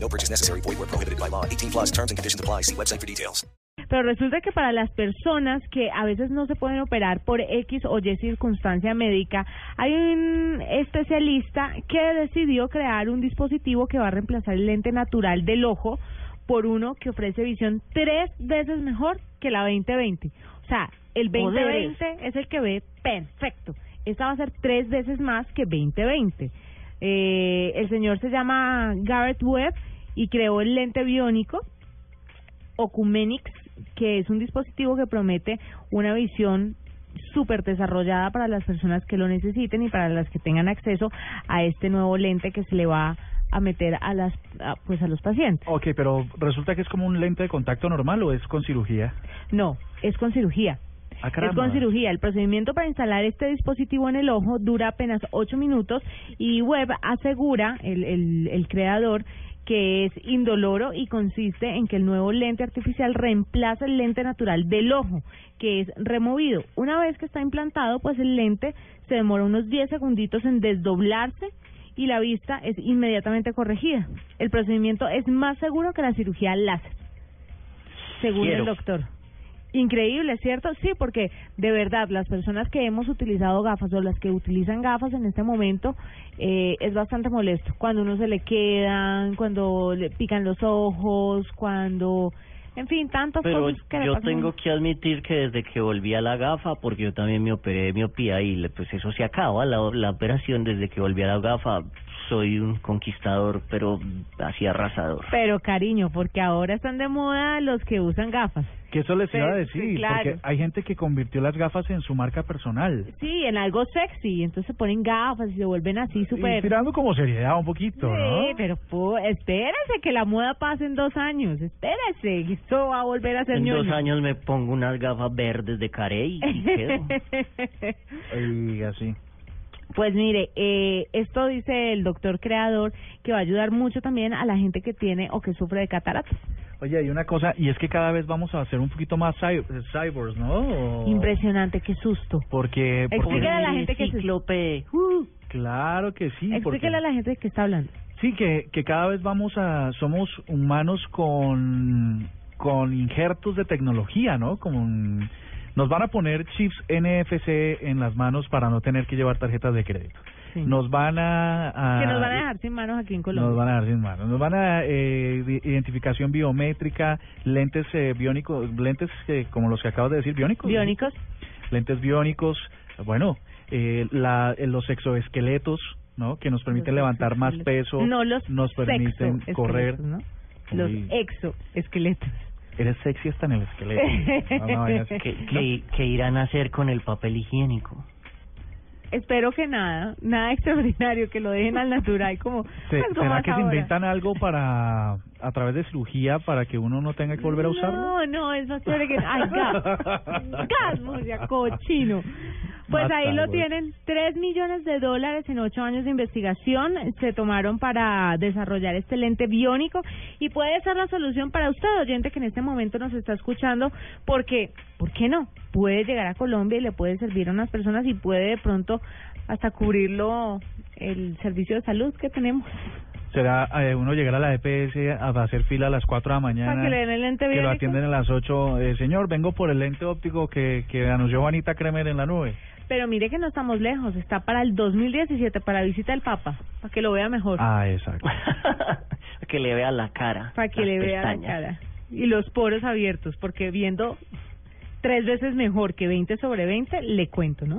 No purchase necessary. Void where prohibited by law. 18 plus terms and conditions apply. See website for details. Pero resulta que para las personas que a veces no se pueden operar por X o Y circunstancia médica, hay un especialista que decidió crear un dispositivo que va a reemplazar el lente natural del ojo por uno que ofrece visión tres veces mejor que la 2020. O sea, el 2020 es el que ve perfecto. Esta va a ser tres veces más que 2020. Eh, el señor se llama Garrett Webb y creó el lente biónico Ocumenix, que es un dispositivo que promete una visión súper desarrollada para las personas que lo necesiten y para las que tengan acceso a este nuevo lente que se le va a meter a las a, pues a los pacientes. Ok, pero resulta que es como un lente de contacto normal o es con cirugía. No, es con cirugía. Ah, Es caramba. con cirugía. El procedimiento para instalar este dispositivo en el ojo dura apenas 8 minutos y Webb asegura, el, el, el creador, que es indoloro y consiste en que el nuevo lente artificial reemplaza el lente natural del ojo, que es removido. Una vez que está implantado, pues el lente se demora unos 10 segunditos en desdoblarse y la vista es inmediatamente corregida. El procedimiento es más seguro que la cirugía láser, según Quiero. el doctor. Increíble, ¿cierto? Sí, porque de verdad las personas que hemos utilizado gafas o las que utilizan gafas en este momento eh, es bastante molesto. Cuando uno se le quedan, cuando le pican los ojos, cuando... En fin, tantas Pero cosas que le yo pasan a uno. tengo que admitir que desde que volví a la gafa, porque yo también me operé de miopía y le- pues eso se acaba, la, la operación desde que volví a la gafa, soy un conquistador, pero así arrasador. Pero cariño, porque ahora están de moda los que usan gafas. Que eso les iba a Pero- decir, Pues, sí, claro. porque hay gente que convirtió las gafas en su marca personal. Sí, en algo sexy, entonces se ponen gafas y se vuelven así súper... Inspirando como seriedad un poquito, ¿no? Sí, pues. pero po- espérese que la moda pase en dos años. Espérese, que esto va a volver a ser En dos ñoño. años me pongo unas gafas verdes de carey y quedo. Y así. Pues mire, eh, esto dice el doctor creador que va a ayudar mucho también a la gente que tiene o que sufre de cataratas. Oye, hay una cosa, y es que cada vez vamos a hacer un poquito más cy- cyborgs, ¿no? Impresionante, qué susto. Porque, porque- Explícale a la gente que se- Cíclope. claro que sí. porque- Explíquele a la gente de qué está hablando. Sí, que, que cada vez vamos a, somos humanos con, con injertos de tecnología, ¿no? Como un- nos van a poner chips NFC en las manos para no tener que llevar tarjetas de crédito. Sí. Nos van a, a- que nos van a dejar sin manos aquí en Colombia. Ah, nos van a dar sin manos. Nos van a eh, di- identificación biométrica, lentes eh, biónicos, lentes eh, como los que acabas de decir, biónicos. Biónicos. Lentes biónicos, bueno, eh, la, eh, los exoesqueletos, ¿no? Que nos permiten Los levantar más exoesqueletos. peso, No los nos permiten sexoesqueletos, correr. ¿no? Los Uy. exoesqueletos. Eres sexy hasta en el esqueleto. Una vaina así. ¿Qué, Pues, qué, qué irán a hacer con el papel higiénico? Espero que nada, nada extraordinario, que lo dejen al natural como, Se- pues, como ¿Será hasta que ahora. se inventan algo para a través de cirugía para que uno no tenga que volver a usarlo? No, no, es más chévere que... ¡Ay, gas! ¡Gas, Murcia, cochino! Pues Mata, ahí lo güey. tienen, Tres millones de dólares en ocho años de investigación se tomaron para desarrollar este lente biónico y puede ser la solución para usted, oyente que en este momento nos está escuchando, porque, ¿por qué no? Puede llegar a Colombia y le puede servir a unas personas y puede de pronto hasta cubrirlo el servicio de salud que tenemos. ¿Será eh, uno llegar a la EPS a hacer fila a las 4 de la mañana? Para que le den el lente Que lo biónico. atienden a las 8. Eh, señor, vengo por el lente óptico que, que anunció Vanita Kremer en la nube. Pero mire que no estamos lejos, está para el 2017, para visita del Papa, para que lo vea mejor, Ah, exacto. que le vea la cara. para que las le vea la pestañas. cara. Y los poros abiertos, porque viendo tres veces mejor que 20 sobre 20, le cuento, ¿no?